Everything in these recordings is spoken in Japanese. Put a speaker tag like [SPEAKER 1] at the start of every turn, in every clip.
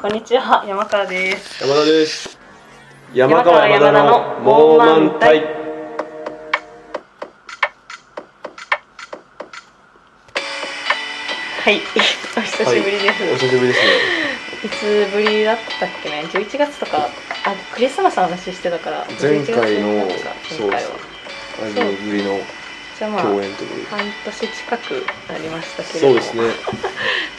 [SPEAKER 1] こんにちは、山川です。
[SPEAKER 2] 山田です
[SPEAKER 1] 山川山田の傲慢隊はい、お久しぶりです。
[SPEAKER 2] お久しぶりですね
[SPEAKER 1] い、つぶりだったっけね、11月とか、あ、クリスマスの話してたから。
[SPEAKER 2] 前回の
[SPEAKER 1] 11月だったか
[SPEAKER 2] そ
[SPEAKER 1] 前
[SPEAKER 2] う
[SPEAKER 1] 回は。
[SPEAKER 2] アイドルぶりの
[SPEAKER 1] じゃあまあ、
[SPEAKER 2] 共演というこ
[SPEAKER 1] 半年近くなりました
[SPEAKER 2] とで
[SPEAKER 1] けれど
[SPEAKER 2] そう
[SPEAKER 1] も。
[SPEAKER 2] ですね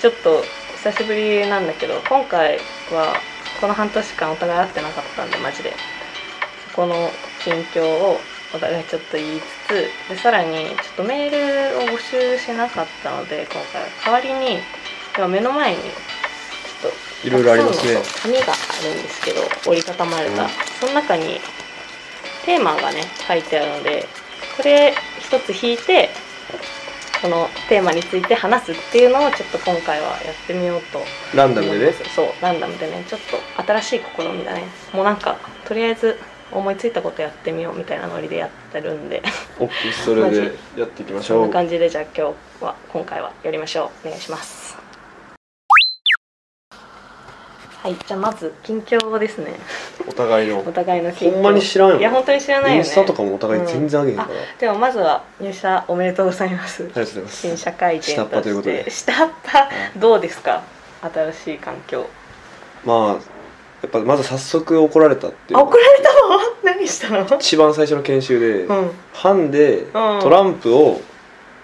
[SPEAKER 1] ちょっと久しぶりなんだけど今回はこの半年間お互い会ってなかったんでマジでそこの近況をお互いちょっと言いつつでさらにちょっとメールを募集しなかったので今回は代わりに今目の前にちょっと
[SPEAKER 2] いろいろありますね
[SPEAKER 1] たくさんの紙があるんですけど折りたたまれた、
[SPEAKER 2] うん
[SPEAKER 1] その中にテーマがね書いてあるのでこれ一つ引いてこのテーマについて話すっていうのをちょっと今回はやってみようと思います
[SPEAKER 2] ランダムでね
[SPEAKER 1] そうランダムでねちょっと新しい試みだねもうなんかとりあえず思いついたことやってみようみたいなノリでやってるんで
[SPEAKER 2] オッケーそれでやっていきまし
[SPEAKER 1] そ
[SPEAKER 2] ょ
[SPEAKER 1] ん
[SPEAKER 2] う
[SPEAKER 1] な感じでじゃあ今日は今回はやりましょうお願いしますはいじゃあまず近況ですね
[SPEAKER 2] お互いの
[SPEAKER 1] お互いの近況
[SPEAKER 2] ほんまに知らんよね
[SPEAKER 1] いや本当に知らない
[SPEAKER 2] イ
[SPEAKER 1] よね
[SPEAKER 2] ンスタとかもお互い全然あげへんから、
[SPEAKER 1] うん
[SPEAKER 2] あり
[SPEAKER 1] でもまずは入社おめでとうございます
[SPEAKER 2] がとうございます
[SPEAKER 1] 新社会人
[SPEAKER 2] 下っ端
[SPEAKER 1] と
[SPEAKER 2] とい
[SPEAKER 1] し
[SPEAKER 2] うこと
[SPEAKER 1] て
[SPEAKER 2] で
[SPEAKER 1] 下っ端どうですか新しい環境
[SPEAKER 2] まあやっぱまず早速怒られたっていう
[SPEAKER 1] あ怒られたの何したの
[SPEAKER 2] 一番最初の研修で、
[SPEAKER 1] うん
[SPEAKER 2] 班でトランプを、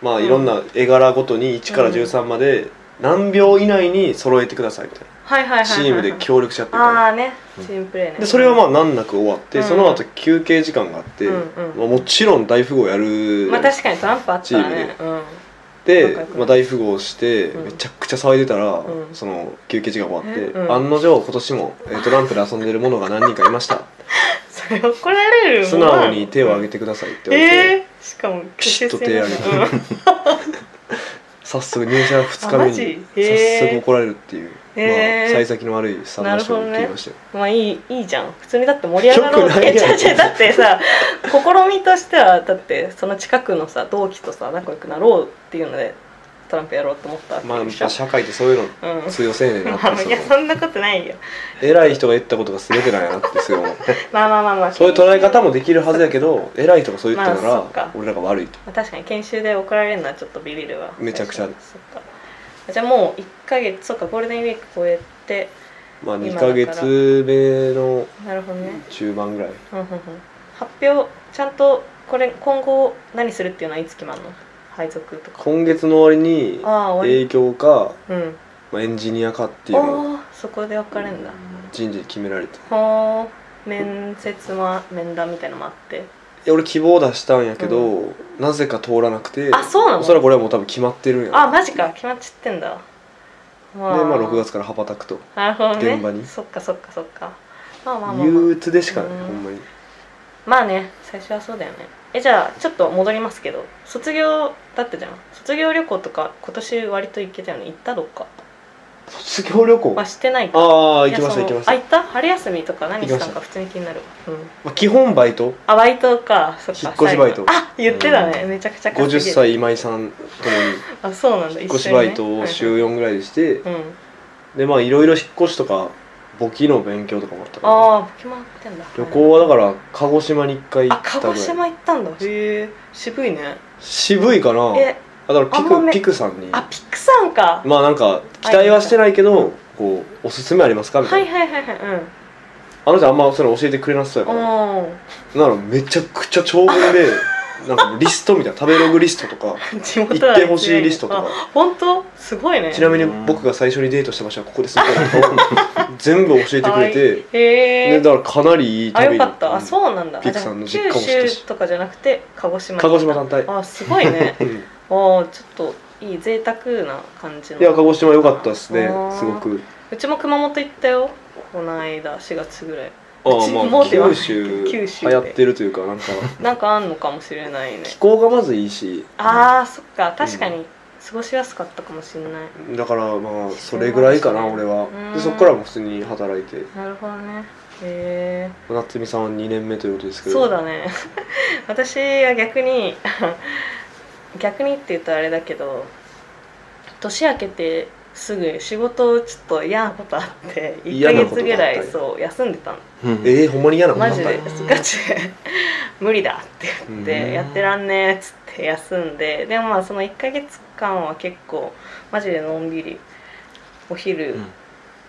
[SPEAKER 2] まあいろんな絵柄ごとに1から13まで何秒以内に揃えてくださいみたいな、
[SPEAKER 1] はいはいはいはい
[SPEAKER 2] チームで協力し合ってみたいな
[SPEAKER 1] ああね
[SPEAKER 2] うん
[SPEAKER 1] チームプレーね
[SPEAKER 2] でそれはまあ難なく終わって、
[SPEAKER 1] うん
[SPEAKER 2] その後休憩時間があって、
[SPEAKER 1] うんうん
[SPEAKER 2] まあ、もちろん大富豪やる
[SPEAKER 1] まあ確かにトランプあったらね
[SPEAKER 2] チ
[SPEAKER 1] うん
[SPEAKER 2] で
[SPEAKER 1] 仲良くな、る
[SPEAKER 2] まあ、大富豪して
[SPEAKER 1] うん
[SPEAKER 2] めちゃくちゃ騒いでたら、
[SPEAKER 1] うん
[SPEAKER 2] その休憩時間終わって、
[SPEAKER 1] うん
[SPEAKER 2] 案の定今年もえートランプで遊んでる者が何人かいました
[SPEAKER 1] それ怒られる
[SPEAKER 2] 素直に手を挙げ
[SPEAKER 1] て
[SPEAKER 2] てくださいって言われて、
[SPEAKER 1] えーしかも
[SPEAKER 2] ピシッと手を挙げて
[SPEAKER 1] 挙げて
[SPEAKER 2] 早速入社2日
[SPEAKER 1] あ
[SPEAKER 2] 目
[SPEAKER 1] マジ
[SPEAKER 2] に
[SPEAKER 1] へー
[SPEAKER 2] 早速怒られるっていう、
[SPEAKER 1] へー
[SPEAKER 2] まあ、幸先の悪い参加者を言っていましたよ、
[SPEAKER 1] まあいいいいじゃん普通にだって盛り上がろう
[SPEAKER 2] よくない
[SPEAKER 1] え
[SPEAKER 2] やん
[SPEAKER 1] 違う違うだってさ試みとしてはだってその近くのさ同期とさ仲良くなろうっていうのでトランプやろうと思ったわけ
[SPEAKER 2] まあや
[SPEAKER 1] で
[SPEAKER 2] っ
[SPEAKER 1] しょ
[SPEAKER 2] ぱ社会ってそういう
[SPEAKER 1] うん
[SPEAKER 2] の通用せえねえなって、
[SPEAKER 1] まあいや
[SPEAKER 2] その
[SPEAKER 1] そんなことないよ
[SPEAKER 2] 偉い人が言ったことが全てなんやなってすごい 思う
[SPEAKER 1] まあまあまあまあ
[SPEAKER 2] そういう捉え方もできるはずやけど偉い人がそう言ったか
[SPEAKER 1] まあそっから
[SPEAKER 2] 俺らが悪いと
[SPEAKER 1] まあ確かに研修で怒られるのはちょっとビビるわ
[SPEAKER 2] めちゃくちゃ
[SPEAKER 1] そっかじゃあもう1ヶ月そうかゴールデンウィーク超えて
[SPEAKER 2] まあ
[SPEAKER 1] 今
[SPEAKER 2] 2
[SPEAKER 1] だから
[SPEAKER 2] ヶ月目の
[SPEAKER 1] なるほどね、
[SPEAKER 2] 中盤ぐらい
[SPEAKER 1] うんうんうん発表ちゃんとこれ今後何するっていうのはいつ決まるの配属とか
[SPEAKER 2] 今月の終わりに
[SPEAKER 1] ああ終わり
[SPEAKER 2] 営業か、
[SPEAKER 1] うん
[SPEAKER 2] まあ、エンジニアかっていうのを
[SPEAKER 1] おーそこで分かれんだ
[SPEAKER 2] 人事で決められて
[SPEAKER 1] ほう面接も面談みたいのもあって
[SPEAKER 2] いや俺希望出したんやけど、なぜか通らなくて
[SPEAKER 1] あそうなの
[SPEAKER 2] おそらく俺はもう多分決まってるんや
[SPEAKER 1] あマジか決まっちゃってんだで
[SPEAKER 2] でまあ6月から羽ばたくと
[SPEAKER 1] なるほどね
[SPEAKER 2] 現場に
[SPEAKER 1] そっかそっかそっかまあまあまあ、
[SPEAKER 2] 憂
[SPEAKER 1] まあ、
[SPEAKER 2] 鬱でしかない、
[SPEAKER 1] うん
[SPEAKER 2] ほんまに
[SPEAKER 1] まあね最初はそうだよねえじゃあちょっと戻りますけど卒業だったじゃん卒業旅行とか今年割と行けたよね行ったどっか
[SPEAKER 2] 卒業旅行
[SPEAKER 1] はしてないか
[SPEAKER 2] ああ
[SPEAKER 1] い
[SPEAKER 2] 行
[SPEAKER 1] や
[SPEAKER 2] きまし
[SPEAKER 1] そ
[SPEAKER 2] た
[SPEAKER 1] の
[SPEAKER 2] 行きました
[SPEAKER 1] あ行った春休みとか何した
[SPEAKER 2] 行
[SPEAKER 1] の
[SPEAKER 2] き
[SPEAKER 1] か
[SPEAKER 2] ま
[SPEAKER 1] 普通に気になるわ、うん、
[SPEAKER 2] まあ基本バイト
[SPEAKER 1] あバイトかそっか
[SPEAKER 2] 引っ越しバイ
[SPEAKER 1] 最
[SPEAKER 2] ト
[SPEAKER 1] 後あ言ってたね、
[SPEAKER 2] うん
[SPEAKER 1] めちゃくちゃ稼げ
[SPEAKER 2] 50
[SPEAKER 1] る
[SPEAKER 2] 歳今井さんともに
[SPEAKER 1] あそうなんだ
[SPEAKER 2] 引っ越しバイトを週4ぐらいでし
[SPEAKER 1] 一
[SPEAKER 2] て、
[SPEAKER 1] 緒にねはいはいうん
[SPEAKER 2] でまあいろいろ引っ越しとか簿記の勉強とかもあったから
[SPEAKER 1] ああ決まってんだ
[SPEAKER 2] 旅行はだから鹿児島に一回行
[SPEAKER 1] あ
[SPEAKER 2] っ
[SPEAKER 1] 鹿
[SPEAKER 2] たぐ
[SPEAKER 1] 児
[SPEAKER 2] らい
[SPEAKER 1] 島行ったんだへえ渋いね
[SPEAKER 2] 渋いかな
[SPEAKER 1] え
[SPEAKER 2] あだか
[SPEAKER 1] あんま
[SPEAKER 2] らピ
[SPEAKER 1] め
[SPEAKER 2] クピクさんに
[SPEAKER 1] あピクさんか、
[SPEAKER 2] まあなんか期待はしてないけどこうおすすめありますかみた
[SPEAKER 1] はいい
[SPEAKER 2] な
[SPEAKER 1] はいはいはい
[SPEAKER 2] あの人あんまそれ教えてくれなさそう
[SPEAKER 1] う
[SPEAKER 2] やから
[SPEAKER 1] んお
[SPEAKER 2] なのめちゃくちゃ長文 でなんかリストみたいな食べログリストとか
[SPEAKER 1] ー 地元
[SPEAKER 2] 行
[SPEAKER 1] だ
[SPEAKER 2] ってほしいリストと
[SPEAKER 1] あ
[SPEAKER 2] か
[SPEAKER 1] 本当すごいね
[SPEAKER 2] ちなみに僕が最初にデートした場所はここです みたいなのを全部教えてくれて
[SPEAKER 1] てへ
[SPEAKER 2] で
[SPEAKER 1] え
[SPEAKER 2] だからかなりいい
[SPEAKER 1] あ
[SPEAKER 2] 旅
[SPEAKER 1] よ
[SPEAKER 2] に
[SPEAKER 1] か
[SPEAKER 2] な
[SPEAKER 1] ったあそうなんだあ
[SPEAKER 2] ピクさんの
[SPEAKER 1] じゃ
[SPEAKER 2] 実家
[SPEAKER 1] あ
[SPEAKER 2] も知って
[SPEAKER 1] 九
[SPEAKER 2] るし
[SPEAKER 1] 州とかじゃなくて鹿児島
[SPEAKER 2] 鹿児島単体
[SPEAKER 1] あすごいね
[SPEAKER 2] うん
[SPEAKER 1] あーちょっといい贅沢な感じの
[SPEAKER 2] いや鹿児島良かったですね
[SPEAKER 1] あー
[SPEAKER 2] すごく
[SPEAKER 1] うちも熊本行ったよこの間4月ぐらい
[SPEAKER 2] あ
[SPEAKER 1] うち
[SPEAKER 2] ーま
[SPEAKER 1] も
[SPEAKER 2] あ
[SPEAKER 1] ではな
[SPEAKER 2] 九
[SPEAKER 1] い
[SPEAKER 2] 州
[SPEAKER 1] 九州で
[SPEAKER 2] 流行ってるというかなんか
[SPEAKER 1] なんかあんのかもしれないね
[SPEAKER 2] 気候がまずいいし
[SPEAKER 1] あーそっか確かに過ごしやすかったかもしれない
[SPEAKER 2] だからまあそれぐらいかな
[SPEAKER 1] そうなん
[SPEAKER 2] 俺
[SPEAKER 1] ですね
[SPEAKER 2] は
[SPEAKER 1] うん
[SPEAKER 2] でそっからも普通に働いて
[SPEAKER 1] なるほどねへえ
[SPEAKER 2] 夏美さんは2年目ということですけど
[SPEAKER 1] そうだね 私は逆に 逆にって言うとあれだけど年明けてすぐ仕事ちょっと嫌なことあって1
[SPEAKER 2] 嫌
[SPEAKER 1] ヶ
[SPEAKER 2] なことがあ
[SPEAKER 1] 月
[SPEAKER 2] った
[SPEAKER 1] ぐらい
[SPEAKER 2] んや
[SPEAKER 1] そう休んでたの
[SPEAKER 2] えー、ほんまに嫌なことあ
[SPEAKER 1] マ
[SPEAKER 2] っ
[SPEAKER 1] ジ
[SPEAKER 2] たん
[SPEAKER 1] で
[SPEAKER 2] や
[SPEAKER 1] ガチで 無理だって言っ
[SPEAKER 2] うん
[SPEAKER 1] てやってらんねえっつって休んででもまあその1ヶ月間は結構マジでのんびりお昼
[SPEAKER 3] うん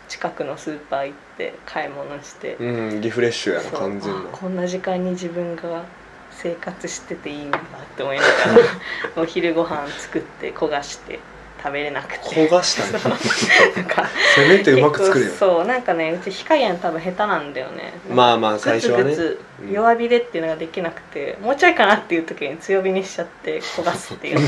[SPEAKER 1] 近くのスーパー行って買い物して、
[SPEAKER 2] うんリフレッシュやな
[SPEAKER 1] そう
[SPEAKER 2] 完全な
[SPEAKER 1] あこんな時間に自分が生活してていいんだって思いなが らお昼ご飯作って焦がして食べれなく
[SPEAKER 2] 焦
[SPEAKER 1] て
[SPEAKER 2] がしたんや
[SPEAKER 1] なんか
[SPEAKER 2] せめてうまく作れよ
[SPEAKER 1] 結構そうなんかねうち火加減多分下手なんだよね
[SPEAKER 2] まあまあ最
[SPEAKER 1] グツ
[SPEAKER 2] 初は
[SPEAKER 1] グ
[SPEAKER 2] ね
[SPEAKER 1] ツ
[SPEAKER 2] うん
[SPEAKER 1] 弱火でっていうのができなくて、もうちょいかなっていう時に強火にしちゃって焦がす っていう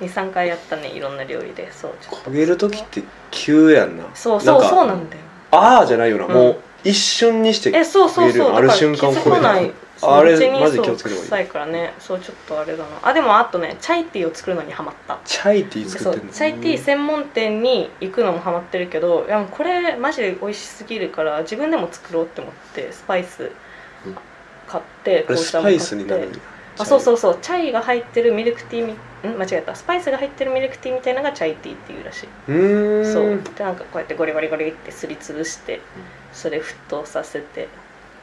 [SPEAKER 1] 23回やったねいろんな料理でそうちょっと
[SPEAKER 2] 焦げる時って急やんな
[SPEAKER 1] そうそう
[SPEAKER 2] なんか
[SPEAKER 1] そうなんだよ
[SPEAKER 2] ああじゃないよな、
[SPEAKER 1] うん
[SPEAKER 2] もう一瞬にして
[SPEAKER 1] えそうそう
[SPEAKER 2] 焦げる
[SPEAKER 1] そう
[SPEAKER 2] よある瞬間を
[SPEAKER 1] だから気づかない
[SPEAKER 2] あれ
[SPEAKER 1] うちに
[SPEAKER 2] マジで気
[SPEAKER 1] そ
[SPEAKER 2] を
[SPEAKER 1] う
[SPEAKER 2] つけた方がいい
[SPEAKER 1] 臭いからねそうちょっとあれだなあでもあとねチャイティーを作るのにハマった
[SPEAKER 2] チャイティー
[SPEAKER 1] そ
[SPEAKER 2] 作っ
[SPEAKER 1] う
[SPEAKER 2] てんの
[SPEAKER 1] チャイティー専門店に行くのもハマってるけどいやもうこれマジで美味しすぎるから自分でも作ろうって思ってスパイス
[SPEAKER 3] うん
[SPEAKER 1] 買って
[SPEAKER 2] あれ
[SPEAKER 1] 紅
[SPEAKER 2] ス
[SPEAKER 1] 茶も
[SPEAKER 2] パ
[SPEAKER 1] 買
[SPEAKER 2] イ
[SPEAKER 1] っ
[SPEAKER 2] スになるん
[SPEAKER 1] て
[SPEAKER 2] や
[SPEAKER 1] あそうそううそうチャイが入ってるミルクティーみん間違えたスパイスが入ってるミルクティーみたいなのがチャイティーっていうらしい
[SPEAKER 2] うん
[SPEAKER 1] そうでなんかこうやってゴリゴリゴリってすりつぶしてそれ沸騰させて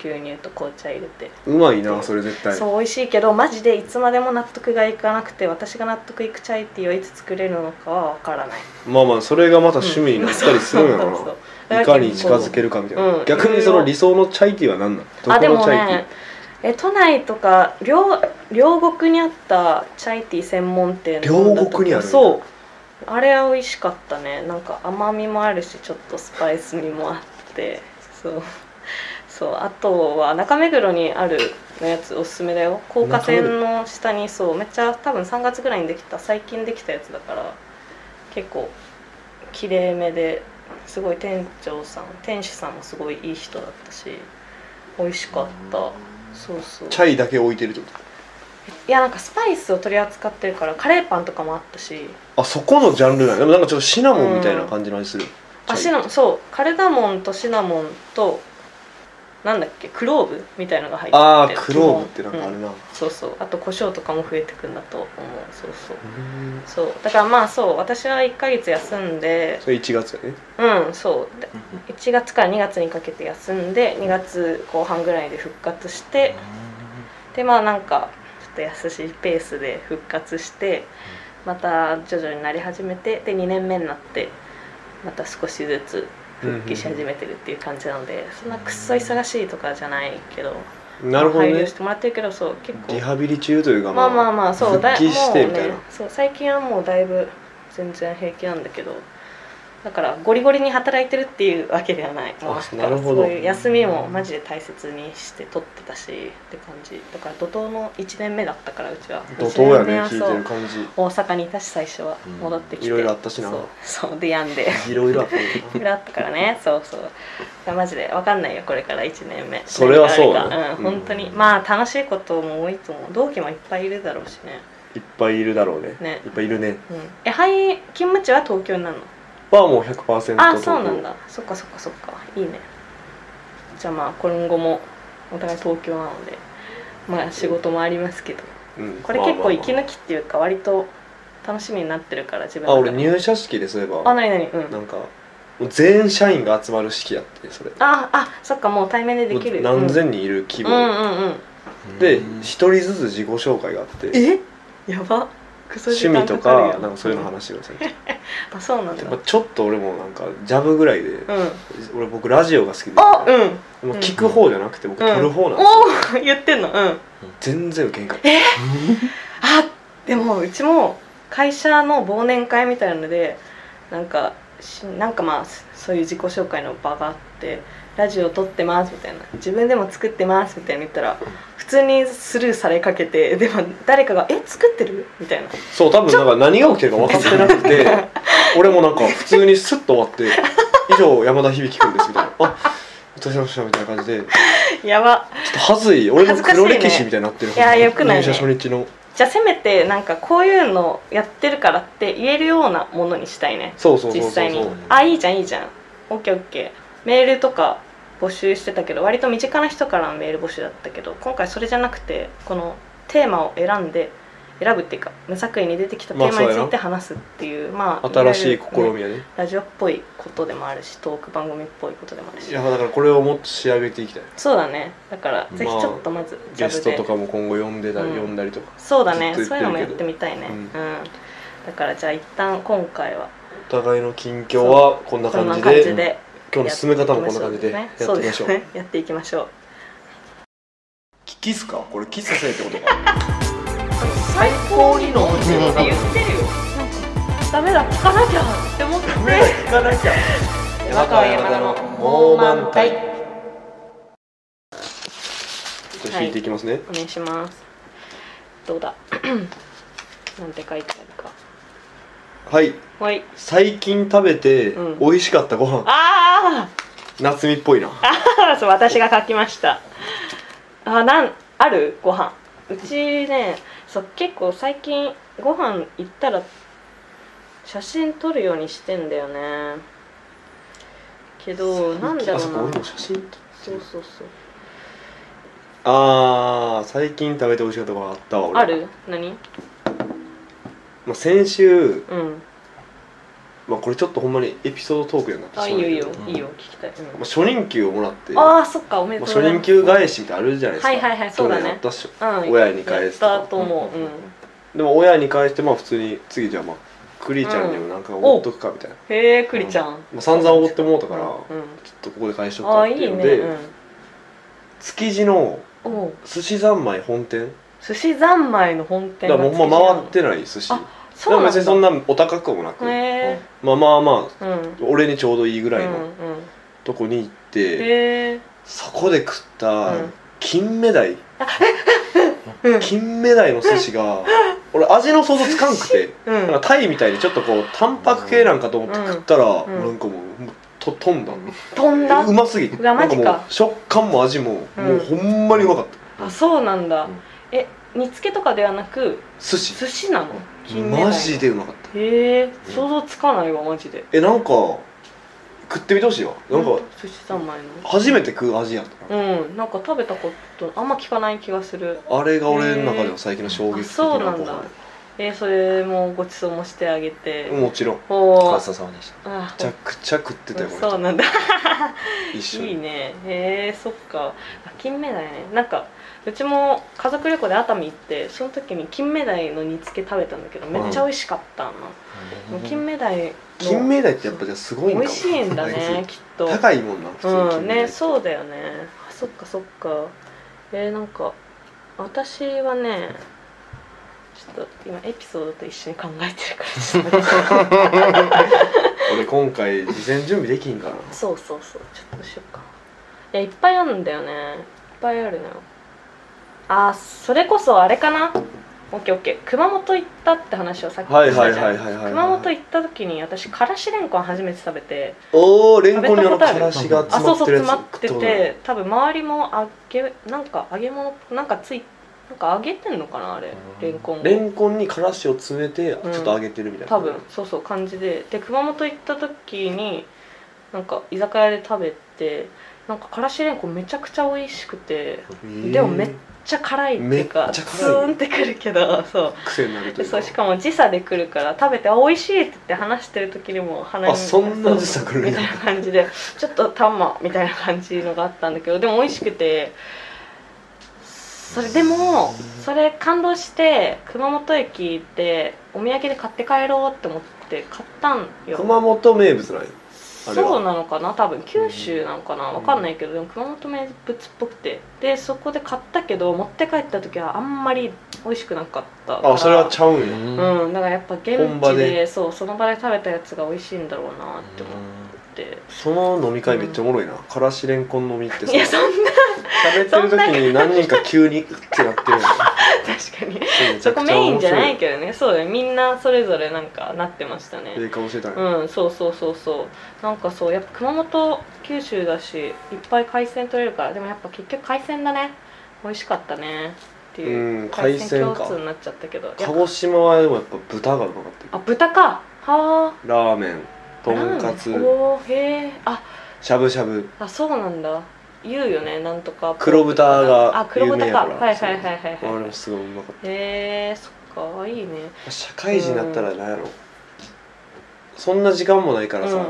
[SPEAKER 1] 牛乳と紅茶入れて
[SPEAKER 2] うまいなそれ絶対
[SPEAKER 1] そう美味しいけどマジでいつまでも納得がいかなくて私が納得いくチャイティーはいつ作れるのかは分からない
[SPEAKER 2] まあまあそれがまた趣味になったりするんや ろな、
[SPEAKER 1] そうそう
[SPEAKER 2] いかに近づけるかみたいな、
[SPEAKER 1] うん
[SPEAKER 2] 逆にその理想のチャイティーは何なのどこ
[SPEAKER 1] あで
[SPEAKER 2] の
[SPEAKER 1] も
[SPEAKER 2] チャイティー
[SPEAKER 1] ねえ都内とか両両国にあったチャイティー専門店の
[SPEAKER 2] 両国
[SPEAKER 1] だと
[SPEAKER 2] にある
[SPEAKER 1] そうあれは美味しかったねなんか甘みもあるしちょっとスパイス味もあってそうそうあとは中目黒にあるのやつおすすめだよ高架線の下にそうめっちゃ多分3月ぐらいにできた最近できたやつだから結構きれいめですごい店長さん店主さんもすごいいい人だったし美味しかったそうそう
[SPEAKER 2] チャイだけ置いてるってこ
[SPEAKER 1] いやなんかスパイスを取り扱ってるからカレーパンとかもあったし
[SPEAKER 2] とあそこのジャンルなんやでもなんかちょっとシナモンみたいな感じの味する、
[SPEAKER 1] あ
[SPEAKER 2] チ
[SPEAKER 1] シ
[SPEAKER 2] ャイ
[SPEAKER 1] ナモンそうカルダモンとシナモンとなんだっけクローブみたいのが入ってて
[SPEAKER 2] ああクローブってなんかあ
[SPEAKER 1] 基
[SPEAKER 2] れ
[SPEAKER 1] 本
[SPEAKER 2] な、
[SPEAKER 1] うんそうそうあと胡椒とかも増えてくんだと思うそうそうそうだからまあそう私は1ヶ月休んで
[SPEAKER 2] それ1月やね
[SPEAKER 1] うんそうで1月から2月にかけて休んで2月後半ぐらいで復活してでまあなんかちょっと安しいペースで復活してまた徐々になり始めてで2年目になってまた少しずつ復帰し始めてるっていう感じなので、そんなくっそ忙しいとかじゃないけど
[SPEAKER 2] なるほど
[SPEAKER 1] 配慮
[SPEAKER 2] ね
[SPEAKER 1] してもらってるけどそう結構
[SPEAKER 2] リハビリ中というか
[SPEAKER 1] まあまあまあそうだ
[SPEAKER 2] 復帰して
[SPEAKER 1] も
[SPEAKER 2] み
[SPEAKER 1] う
[SPEAKER 2] たい
[SPEAKER 1] ね
[SPEAKER 2] な
[SPEAKER 1] そう最近はもうだいぶ全然平気なんだけどだからゴリゴリに働いてるっていうわけではない
[SPEAKER 2] あ
[SPEAKER 1] もうだから
[SPEAKER 2] なるほど
[SPEAKER 1] そういう休みもマジで大切にして取ってたしって感じだから怒涛の1年目だったからうちは
[SPEAKER 2] 怒涛やね
[SPEAKER 1] 一年目はそう
[SPEAKER 2] 聞いてる感じ
[SPEAKER 1] 大阪にいたし最初は
[SPEAKER 3] うん
[SPEAKER 1] 戻ってきて、
[SPEAKER 2] いろいろあったしな
[SPEAKER 1] そうそうで病んで
[SPEAKER 2] いろいろあったよ
[SPEAKER 1] いろいろあったからねそうそういやマジで分かんないよこれから1年目
[SPEAKER 2] それはそう
[SPEAKER 1] だ、
[SPEAKER 2] だ
[SPEAKER 1] 何
[SPEAKER 2] ね
[SPEAKER 1] があるかうん
[SPEAKER 2] うん
[SPEAKER 1] 本当にまあ楽しいことも多いと思う同期もいっぱいいるだろうしね
[SPEAKER 2] いっぱいいるだろうね
[SPEAKER 1] ね
[SPEAKER 2] いっぱいいるね
[SPEAKER 1] うんえはい勤務地は東京になるの
[SPEAKER 2] はもう100%
[SPEAKER 1] あそうなんだそっかそっかそっかいいねじゃあまあ今後もお互い東京なのでまあ仕事もありますけど
[SPEAKER 2] うん
[SPEAKER 1] これ結構息
[SPEAKER 2] まあまあま
[SPEAKER 1] 抜きっていうか割と楽しみになってるから自分
[SPEAKER 2] ああ俺
[SPEAKER 1] に
[SPEAKER 2] 入社式でそういえ
[SPEAKER 1] あ
[SPEAKER 2] ば
[SPEAKER 1] なになにうん
[SPEAKER 2] なんかもう全社員が集まる式やってそれ
[SPEAKER 1] ああそっかもう対面でできる
[SPEAKER 2] もう何千人いる規
[SPEAKER 1] うんうん
[SPEAKER 2] 模
[SPEAKER 1] うんうん
[SPEAKER 2] で一人ずつ自己紹介があって
[SPEAKER 1] えやばクソ時
[SPEAKER 2] 趣
[SPEAKER 1] 間
[SPEAKER 2] 味と
[SPEAKER 1] かる
[SPEAKER 2] か
[SPEAKER 1] よ
[SPEAKER 2] なんかそういうの話をされて
[SPEAKER 1] あそうなんだ
[SPEAKER 2] でまあちょっと俺もなんかジャブぐらいで
[SPEAKER 1] うん
[SPEAKER 2] 俺僕ラジオが好きで
[SPEAKER 1] あうん
[SPEAKER 2] もう聞く方じゃなくて僕
[SPEAKER 1] うん
[SPEAKER 2] 撮る方なんですよ
[SPEAKER 1] おお言ってんのうん
[SPEAKER 2] 全然受けんかった
[SPEAKER 1] あでもうちも会社の忘年会みたいなのでなんかしなんかまあそそういう自己紹介の場があってラジオ撮ってますみたいな自分でも作ってますみたいなの言ったら普通にスルーされかけてでも誰かが「え作ってる?」みたいな
[SPEAKER 2] そう多分なんか何が起きてるか分かってなくて俺もなんか普通にスッと終わって「以上山田響くんです」みたいな「あどうしました」みたいな感じでちょ
[SPEAKER 1] やば
[SPEAKER 2] っと恥ずい俺の
[SPEAKER 1] 恥ずかしいね
[SPEAKER 2] 黒歴史みたいになってる
[SPEAKER 1] いや良くないね
[SPEAKER 2] 入社初日の
[SPEAKER 1] じゃあせめてなんかこういうのやってるからって言えるようなものにしたいね
[SPEAKER 2] そうそうそうそう
[SPEAKER 1] 実際に
[SPEAKER 2] そう
[SPEAKER 1] あいいじゃんいいじゃんオッケーオッケーメールとか募集してたけど割と身近な人からのメール募集だったけど今回それじゃなくてこのテーマを選んで選ぶっていうか無作為に出てきたテーマについて話すっていうまあ
[SPEAKER 2] 新しい試
[SPEAKER 1] わゆるね
[SPEAKER 2] みやね
[SPEAKER 1] ラジオっぽいことでもあるしトーク番組っぽいことでもある
[SPEAKER 2] い
[SPEAKER 1] し
[SPEAKER 2] やだからこれをもっと仕上げていきたい
[SPEAKER 1] そうだねだから
[SPEAKER 2] まあ
[SPEAKER 1] ぜひちょっとまずジ
[SPEAKER 2] ゲ
[SPEAKER 1] ャブ
[SPEAKER 2] ス
[SPEAKER 1] で、
[SPEAKER 2] トとかも今後呼んでたり、
[SPEAKER 1] うん
[SPEAKER 2] 呼んだりとか
[SPEAKER 1] そうだね
[SPEAKER 2] ずっと
[SPEAKER 1] そう
[SPEAKER 2] 言
[SPEAKER 1] いうのも
[SPEAKER 2] って
[SPEAKER 1] や
[SPEAKER 2] る
[SPEAKER 1] っ
[SPEAKER 2] けど
[SPEAKER 1] てみたいね
[SPEAKER 2] う
[SPEAKER 1] うんん、だからじゃあ一旦今回は
[SPEAKER 2] お互いの近況はこんな
[SPEAKER 1] こん
[SPEAKER 2] 感
[SPEAKER 1] な
[SPEAKER 2] じ
[SPEAKER 1] 感
[SPEAKER 2] で
[SPEAKER 1] じで
[SPEAKER 2] 今日の進め方もこんな感じでやっていき
[SPEAKER 1] そう
[SPEAKER 2] ま
[SPEAKER 1] で
[SPEAKER 2] しょ
[SPEAKER 1] す
[SPEAKER 2] う
[SPEAKER 1] ねやっていきましょう
[SPEAKER 2] キキスかこれキスさせるってことか
[SPEAKER 1] 最高にのって言ってるよダメだ聞かなきゃって思って
[SPEAKER 2] 聞かなきゃ
[SPEAKER 1] 山川山田の猛満開
[SPEAKER 2] じゃあ引いていきますね、
[SPEAKER 1] お願いしますどうだ なんて書いてあるか
[SPEAKER 2] はい
[SPEAKER 1] はい
[SPEAKER 2] 最近食べて
[SPEAKER 1] うん
[SPEAKER 2] 美味しかったご飯、
[SPEAKER 1] あ
[SPEAKER 2] 夏美っぽいな
[SPEAKER 1] あそう私が書きましたあなんあるご飯うちねそう結構最近ご飯行ったら写真撮るようにしてんだよねけどなんだろ
[SPEAKER 2] あそこ
[SPEAKER 1] う
[SPEAKER 2] 俺
[SPEAKER 1] な
[SPEAKER 2] も写真撮って
[SPEAKER 1] そうそうそう
[SPEAKER 2] あー最近食べて美味しかったご飯あったわ俺
[SPEAKER 1] ある何
[SPEAKER 2] まあ、先週、
[SPEAKER 1] うん
[SPEAKER 2] まあ、これちょっとほんまにエピソードトークになってしま
[SPEAKER 1] あ
[SPEAKER 2] う
[SPEAKER 1] いいよいい
[SPEAKER 2] んだ
[SPEAKER 1] よ
[SPEAKER 2] けど、
[SPEAKER 1] いいよ聞きたい、うん
[SPEAKER 2] まあ、初任給をもらって
[SPEAKER 1] ああそっかおめ
[SPEAKER 2] ま
[SPEAKER 1] で
[SPEAKER 2] あ、
[SPEAKER 1] とう
[SPEAKER 2] 初任給返しってあるじゃないですか
[SPEAKER 1] はいはいはいそうだね
[SPEAKER 2] 去年やったっしょ
[SPEAKER 1] うん
[SPEAKER 2] 親に返すと
[SPEAKER 1] やったと思う、うん
[SPEAKER 2] でも親に返してまあ普通に次じゃあまあクリちゃんにもなんかおごっとくかみたいな、
[SPEAKER 1] へえクリちゃん、
[SPEAKER 2] まあ、散々おごってもうたから、
[SPEAKER 1] うんうん
[SPEAKER 2] ちょっとここで返しとく
[SPEAKER 1] あ
[SPEAKER 2] か
[SPEAKER 1] あ
[SPEAKER 2] って
[SPEAKER 1] い
[SPEAKER 2] い
[SPEAKER 1] いうね
[SPEAKER 2] ので、
[SPEAKER 1] うん
[SPEAKER 2] 築地の
[SPEAKER 1] おう
[SPEAKER 2] 寿司三昧本店
[SPEAKER 1] 寿司三昧の本店
[SPEAKER 2] だか
[SPEAKER 1] が
[SPEAKER 2] らもうほんま回ってない寿司
[SPEAKER 1] あ
[SPEAKER 2] で
[SPEAKER 1] そう
[SPEAKER 2] も
[SPEAKER 1] なんだ
[SPEAKER 2] 別にそんなお高くもなく、
[SPEAKER 1] へ
[SPEAKER 2] まあまあまあ
[SPEAKER 1] えうん
[SPEAKER 2] 俺にちょうどいいぐらいの
[SPEAKER 1] うんうん
[SPEAKER 2] とこに行って、
[SPEAKER 1] へえ
[SPEAKER 2] そこで食っ
[SPEAKER 1] う
[SPEAKER 2] た
[SPEAKER 1] ん
[SPEAKER 2] 金目鯛、
[SPEAKER 1] うん
[SPEAKER 2] 金目鯛の寿 司が俺味の想像つかんくて
[SPEAKER 1] う
[SPEAKER 2] なんか
[SPEAKER 1] ん
[SPEAKER 2] タイみたいにちょっとこうタンパク系なんかと思って食ったら、
[SPEAKER 1] んうん
[SPEAKER 2] なんかもうもうと飛んだ、
[SPEAKER 1] 飛んだ
[SPEAKER 2] うますぎて
[SPEAKER 1] うわマ
[SPEAKER 2] なんか
[SPEAKER 1] ジか
[SPEAKER 2] もう食感も味も、
[SPEAKER 1] うん
[SPEAKER 2] もうほんまにうまかった
[SPEAKER 1] あそうなんだ、
[SPEAKER 2] うん
[SPEAKER 1] え煮付けとかではなく
[SPEAKER 2] 寿司
[SPEAKER 1] 寿司なの金目鯛
[SPEAKER 2] マジでうまかっ
[SPEAKER 1] へ
[SPEAKER 2] た
[SPEAKER 1] え想像つかないわマジで
[SPEAKER 2] えなんか食ってみてほしいわなん
[SPEAKER 1] ほ
[SPEAKER 2] か
[SPEAKER 1] と寿司三昧の
[SPEAKER 2] 初めて食う味やったから、
[SPEAKER 1] うんなんか食べたことあんま聞かない気がする
[SPEAKER 2] あれが俺の中では最近の衝
[SPEAKER 1] へー
[SPEAKER 2] 撃的な
[SPEAKER 1] あそうなんだえー、それもごちそうもしてあげて、
[SPEAKER 2] もちろん
[SPEAKER 1] お
[SPEAKER 2] お
[SPEAKER 1] お
[SPEAKER 2] 母さんでした
[SPEAKER 1] あ
[SPEAKER 2] めちゃくちゃ食ってたよ
[SPEAKER 1] そうなんだ
[SPEAKER 2] 俺一緒に
[SPEAKER 1] いいねへえそっかあ金目鯛ねなんかうちも家族旅行で熱海行ってその時に金目鯛の煮付け食べたんだけどめっちゃ美味しかったな、もう金目鯛の
[SPEAKER 2] 金目鯛ってやっぱじゃあすごいん
[SPEAKER 1] 美
[SPEAKER 2] だ
[SPEAKER 1] 味しいんだ ねきっと
[SPEAKER 2] 高いもんな普通に
[SPEAKER 1] うんね
[SPEAKER 2] う
[SPEAKER 1] そうだよねあそっかそっかえー、なんか私はねちょっと今エピソードと一緒に考えてるからちょっと待って
[SPEAKER 2] 俺今回事前準備できんから
[SPEAKER 1] そうそうそうちょっとしようかいやいっぱいあるんだよねいっぱいあるのよあーそれこそあれかなオッケーオッケー熊本行ったって話をさっき
[SPEAKER 2] はい
[SPEAKER 1] し
[SPEAKER 2] は
[SPEAKER 1] た
[SPEAKER 2] い
[SPEAKER 1] じゃん
[SPEAKER 2] はいはいはい
[SPEAKER 1] 熊本行った時に私からしれんこん初めて食べて
[SPEAKER 2] おおレンコンにあのからしが
[SPEAKER 1] あ
[SPEAKER 2] 詰
[SPEAKER 1] そ
[SPEAKER 2] ま
[SPEAKER 1] うそう
[SPEAKER 2] ってる
[SPEAKER 1] 詰
[SPEAKER 2] やつ
[SPEAKER 1] まってて多分周りも揚げなんか揚げ物なんかついなんか揚げてんのかなあれれんこんを
[SPEAKER 2] レンコンにからしを詰めてちょ
[SPEAKER 1] う
[SPEAKER 2] っ
[SPEAKER 1] ん
[SPEAKER 2] と揚げてるみたいな、
[SPEAKER 1] 多分そうそう感じでで熊本行った時になんか居酒屋で食べてなんかからしれんこんめちゃくちゃ美味しくて
[SPEAKER 2] へえ
[SPEAKER 1] でもめっちゃ辛いっていう
[SPEAKER 2] め
[SPEAKER 1] か
[SPEAKER 2] っちゃ辛い
[SPEAKER 1] スーンってくるけどそう
[SPEAKER 2] 癖になると
[SPEAKER 1] で
[SPEAKER 2] いう
[SPEAKER 1] そ
[SPEAKER 2] か
[SPEAKER 1] うしかも時差で来るから食べて「あ美味しい」って言って話してる時にも鼻に
[SPEAKER 2] あそんな時差来るんや
[SPEAKER 1] みたいな感じでちょっとタンマみたいな感じのがあったんだけどでも美味しくてそれでもそれ感動して熊本駅でお土産で買って帰ろうって思って買ったんよ
[SPEAKER 2] 熊本名物なんやあれは
[SPEAKER 1] そうなのかな多分九州なのかなわかんないけどでも熊本名物っぽくてでそこで買ったけど持って帰った時はあんまり美味しくなかったから
[SPEAKER 2] あそれはちゃうんや、
[SPEAKER 1] うんだからやっぱ現
[SPEAKER 2] 本場
[SPEAKER 1] 地
[SPEAKER 2] で
[SPEAKER 1] でそうその場で食べたやつが美味しいんだろうなって思って、
[SPEAKER 2] その飲み会めっちゃおもろいな、からしれんこん飲みってさ
[SPEAKER 1] いやそんな
[SPEAKER 2] 食べてる時に何人か急にってなってる
[SPEAKER 1] 確
[SPEAKER 2] の
[SPEAKER 1] かに
[SPEAKER 2] めち
[SPEAKER 1] そ
[SPEAKER 2] ゃくちゃ面白い
[SPEAKER 1] こメインじゃないけどねそうだよみんなそれぞれなんかなってましたね
[SPEAKER 2] ええ顔してたんや、
[SPEAKER 1] うんそうそうそうそうなんかそうやっぱ熊本九州だしいっぱい海鮮取れるからでもやっぱ結局海鮮だね美味しかったねっていううん
[SPEAKER 2] 海鮮か
[SPEAKER 1] 共通になっちゃったけどやっぱ
[SPEAKER 2] 鹿児島はでもやっぱ豚がうまかったよ
[SPEAKER 1] あ豚かはあ
[SPEAKER 2] ラーメンとんかつ
[SPEAKER 1] ラーメンおーへえあ
[SPEAKER 2] しゃぶしゃぶ
[SPEAKER 1] あそうなんだ言うよねなんとか
[SPEAKER 2] 黒豚が
[SPEAKER 1] あ黒
[SPEAKER 2] 有名
[SPEAKER 1] 豚
[SPEAKER 2] やか
[SPEAKER 1] からはいはいはいはい
[SPEAKER 2] あれ
[SPEAKER 1] はい
[SPEAKER 2] もすごいうまかっ
[SPEAKER 1] へえそっかわいいね
[SPEAKER 2] 社会人になったら何やろそんな時間もないか
[SPEAKER 1] うん
[SPEAKER 2] らさ、
[SPEAKER 1] う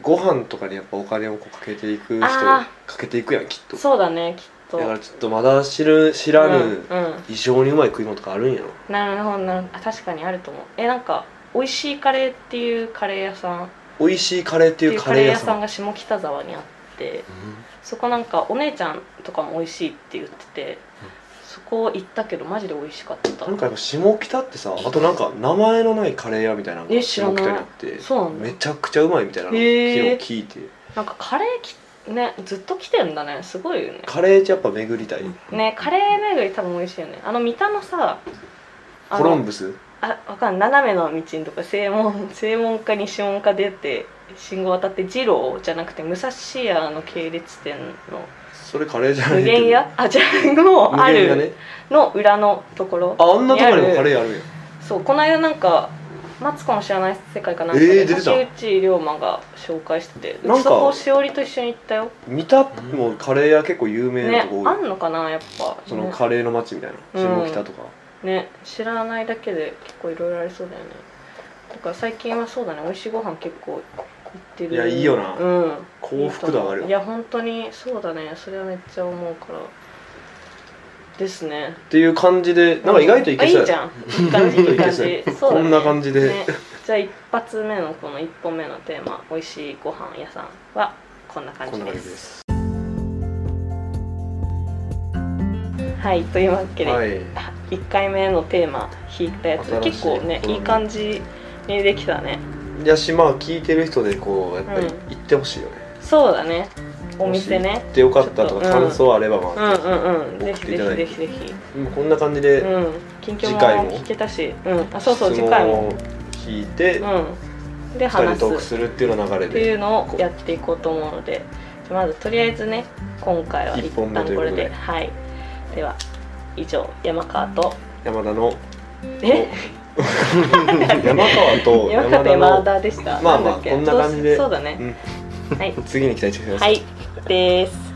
[SPEAKER 2] ご飯とかにやっぱお金をこうかけていく人
[SPEAKER 1] あ
[SPEAKER 2] かけていくやんきっと
[SPEAKER 1] んそうだねきっと
[SPEAKER 2] だからちょっとまだ知る知ら
[SPEAKER 1] う
[SPEAKER 2] ぬ
[SPEAKER 1] んうん
[SPEAKER 2] 異常にうまい食い物とかあるんやろ
[SPEAKER 1] なるほどなるほどあ確かにあると思うえなんか美味しいカレーっていうカレー屋さんっ
[SPEAKER 2] 美味しいカレーって
[SPEAKER 1] て
[SPEAKER 2] い
[SPEAKER 1] いうう
[SPEAKER 2] カ
[SPEAKER 1] カ
[SPEAKER 2] レ
[SPEAKER 1] レ
[SPEAKER 2] ー
[SPEAKER 1] ー
[SPEAKER 2] 屋
[SPEAKER 1] 屋
[SPEAKER 2] さ
[SPEAKER 1] さ
[SPEAKER 2] ん
[SPEAKER 1] んが下北沢にあってそこなんかお姉ちゃんとかも美味しいって言っててそこ行ったけどマジで美味しかった
[SPEAKER 2] うんなんかやっぱ下北ってさあとなんか名前のないカレー屋みたいなのが
[SPEAKER 1] え知ら
[SPEAKER 2] 下
[SPEAKER 1] ない
[SPEAKER 2] 北にあって
[SPEAKER 1] そうなんだ
[SPEAKER 2] めちゃくちゃうまいみたいなのを
[SPEAKER 1] へ
[SPEAKER 2] 昨
[SPEAKER 1] ー
[SPEAKER 2] 日聞いて
[SPEAKER 1] なんかカレーきねずっと来てんだねすごいよね
[SPEAKER 2] カレーってやっぱ巡りたい
[SPEAKER 1] ねカレー巡り多分美味しいよねあの三田のさあの
[SPEAKER 2] コロンブス
[SPEAKER 1] あわかんない斜めの道のとか正門 正門か西門か出て信号渡って二郎じゃなくて武蔵屋の系列店 の
[SPEAKER 2] それカレーじゃない
[SPEAKER 1] 無
[SPEAKER 2] けど
[SPEAKER 1] 限屋あじゃあもう
[SPEAKER 2] 無
[SPEAKER 1] あ
[SPEAKER 2] 限屋
[SPEAKER 1] る
[SPEAKER 2] ね
[SPEAKER 1] の裏のところ
[SPEAKER 2] ああんなとこにもカレーあるんや
[SPEAKER 1] そうこの間なんか「マツコの知らない世界」かなんか
[SPEAKER 2] え
[SPEAKER 1] で、
[SPEAKER 2] ー出てた
[SPEAKER 1] 竹内涼真が紹介してて
[SPEAKER 2] なんか
[SPEAKER 1] そこしおりと一緒に行ったよ
[SPEAKER 2] 三田もカレー屋結構有名な
[SPEAKER 1] ね
[SPEAKER 2] とこ多い
[SPEAKER 1] あんのかなやっぱ
[SPEAKER 2] その
[SPEAKER 1] ね
[SPEAKER 2] カレーの街みたいな
[SPEAKER 1] うん
[SPEAKER 2] 下北とか、
[SPEAKER 1] ね知らないだけで結構いろいろありそうだよねだから最近はそうだね美味しいご飯結構行ってる
[SPEAKER 2] いやいいよな
[SPEAKER 1] うん
[SPEAKER 2] 幸福度上がる
[SPEAKER 1] い
[SPEAKER 2] よ
[SPEAKER 1] や本当にそうだねそれはめっちゃ思うからですね
[SPEAKER 2] っていう感じでなんか意外といけそ
[SPEAKER 1] あ
[SPEAKER 2] う
[SPEAKER 1] いい
[SPEAKER 2] や
[SPEAKER 1] じ
[SPEAKER 2] な
[SPEAKER 1] ゃんいい感 じいい感
[SPEAKER 2] い
[SPEAKER 1] じ
[SPEAKER 2] け
[SPEAKER 1] そうだね
[SPEAKER 2] こんな感じで
[SPEAKER 1] ねじゃあ一発目のこの一本目のテーマ「美味しいご飯屋さん」はこんな感
[SPEAKER 2] こ
[SPEAKER 1] じ
[SPEAKER 2] んな感
[SPEAKER 1] で
[SPEAKER 2] じ
[SPEAKER 1] す
[SPEAKER 2] です
[SPEAKER 1] はいというわけで、
[SPEAKER 2] はい
[SPEAKER 1] 1回目のテーマ引いたやつ
[SPEAKER 2] 新しい
[SPEAKER 1] 結構ね
[SPEAKER 2] うん
[SPEAKER 1] いい感じにできたね
[SPEAKER 2] いやしまあ聞いてる人でこうやっぱり
[SPEAKER 1] う
[SPEAKER 2] 行ってほしいよね、
[SPEAKER 1] そうだねお店
[SPEAKER 2] もし
[SPEAKER 1] ね
[SPEAKER 2] 行ってよかった
[SPEAKER 1] ち
[SPEAKER 2] とか
[SPEAKER 1] ょっとうん
[SPEAKER 2] 感想あればま
[SPEAKER 1] うん
[SPEAKER 2] あ、
[SPEAKER 1] うんうん
[SPEAKER 2] 送
[SPEAKER 1] ぜ
[SPEAKER 2] っ
[SPEAKER 1] ひ
[SPEAKER 2] てい
[SPEAKER 1] ぜ
[SPEAKER 2] ただ
[SPEAKER 1] ひ
[SPEAKER 2] いて
[SPEAKER 1] ぜひぜひ
[SPEAKER 2] もうこんな感じで
[SPEAKER 1] うん近況
[SPEAKER 2] 次回も
[SPEAKER 1] も聞けたしうんあそう
[SPEAKER 2] 質
[SPEAKER 1] そう次
[SPEAKER 2] 問
[SPEAKER 1] 回も
[SPEAKER 2] を聞いて
[SPEAKER 1] うんで
[SPEAKER 2] 二人
[SPEAKER 1] 話
[SPEAKER 2] でトーク
[SPEAKER 1] す
[SPEAKER 2] するっていうような流れ
[SPEAKER 1] ってい
[SPEAKER 2] で
[SPEAKER 1] うのをやっていこうと思うのでじゃあまずとりあえずね今回は一
[SPEAKER 2] 一本目
[SPEAKER 1] 旦これ
[SPEAKER 2] とい
[SPEAKER 1] で
[SPEAKER 2] うことで
[SPEAKER 1] はいでは以上山川と
[SPEAKER 2] 山田の
[SPEAKER 1] え
[SPEAKER 2] 山川と
[SPEAKER 1] 山川と
[SPEAKER 2] の
[SPEAKER 1] 山田でした
[SPEAKER 2] まあまあ
[SPEAKER 1] だっけ
[SPEAKER 2] こんな感じで
[SPEAKER 1] そうそうだね
[SPEAKER 2] うん
[SPEAKER 1] はい
[SPEAKER 2] 次に期待してください
[SPEAKER 1] はいです